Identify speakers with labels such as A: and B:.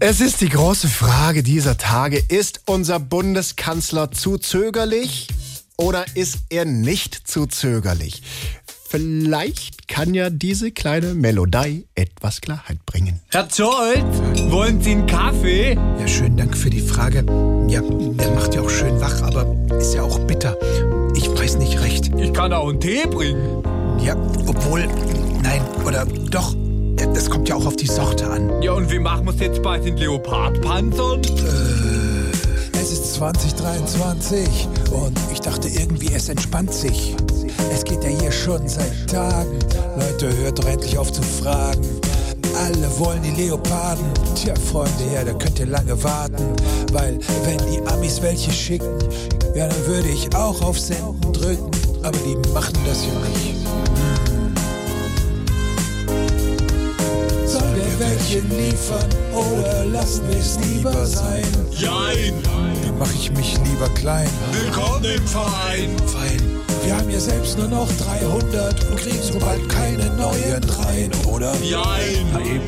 A: Es ist die große Frage dieser Tage. Ist unser Bundeskanzler zu zögerlich oder ist er nicht zu zögerlich? Vielleicht kann ja diese kleine Melodie etwas Klarheit bringen.
B: Herr Scholz, wollen Sie einen Kaffee?
C: Ja, schönen Dank für die Frage. Ja, der macht ja auch schön wach, aber ist ja auch bitter. Ich weiß nicht recht.
B: Ich kann auch einen Tee bringen.
C: Ja, obwohl, nein, oder doch. Ja, Das kommt ja auch auf die Sorte an.
B: Ja, und wie machen wir es jetzt bei den Leopardpanzern?
D: Es ist 2023 und ich dachte irgendwie, es entspannt sich. Es geht ja hier schon seit Tagen. Leute, hört doch endlich auf zu fragen. Alle wollen die Leoparden. Tja, Freunde, ja, da könnt ihr lange warten. Weil, wenn die Amis welche schicken, ja, dann würde ich auch auf Senden drücken. Aber die machen das ja nicht. Sollen wir welche liefern oder lassen wir es lieber sein?
B: Jein,
D: Dann mach ich mich lieber klein.
B: willkommen im Verein.
D: Fein. Wir haben ja selbst nur noch 300 und kriegen so bald keine neuen rein, oder?
B: Jein.